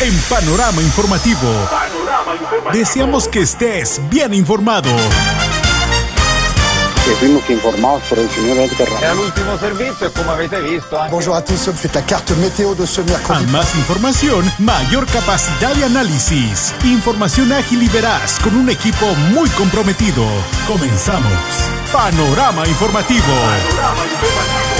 en Panorama Informativo. Deseamos que estés bien informado. que fuimos informados por el señor Edgar Ramírez. Era l'ultimo servizio, come avete visto. anche- Bonjour à tous, c'est la carte météo de ce A mercredi. más información, mayor capacidad de análisis. Información ágil y veraz con un equipo muy comprometido. Comenzamos. Panorama Informativo. Panorama Informativo.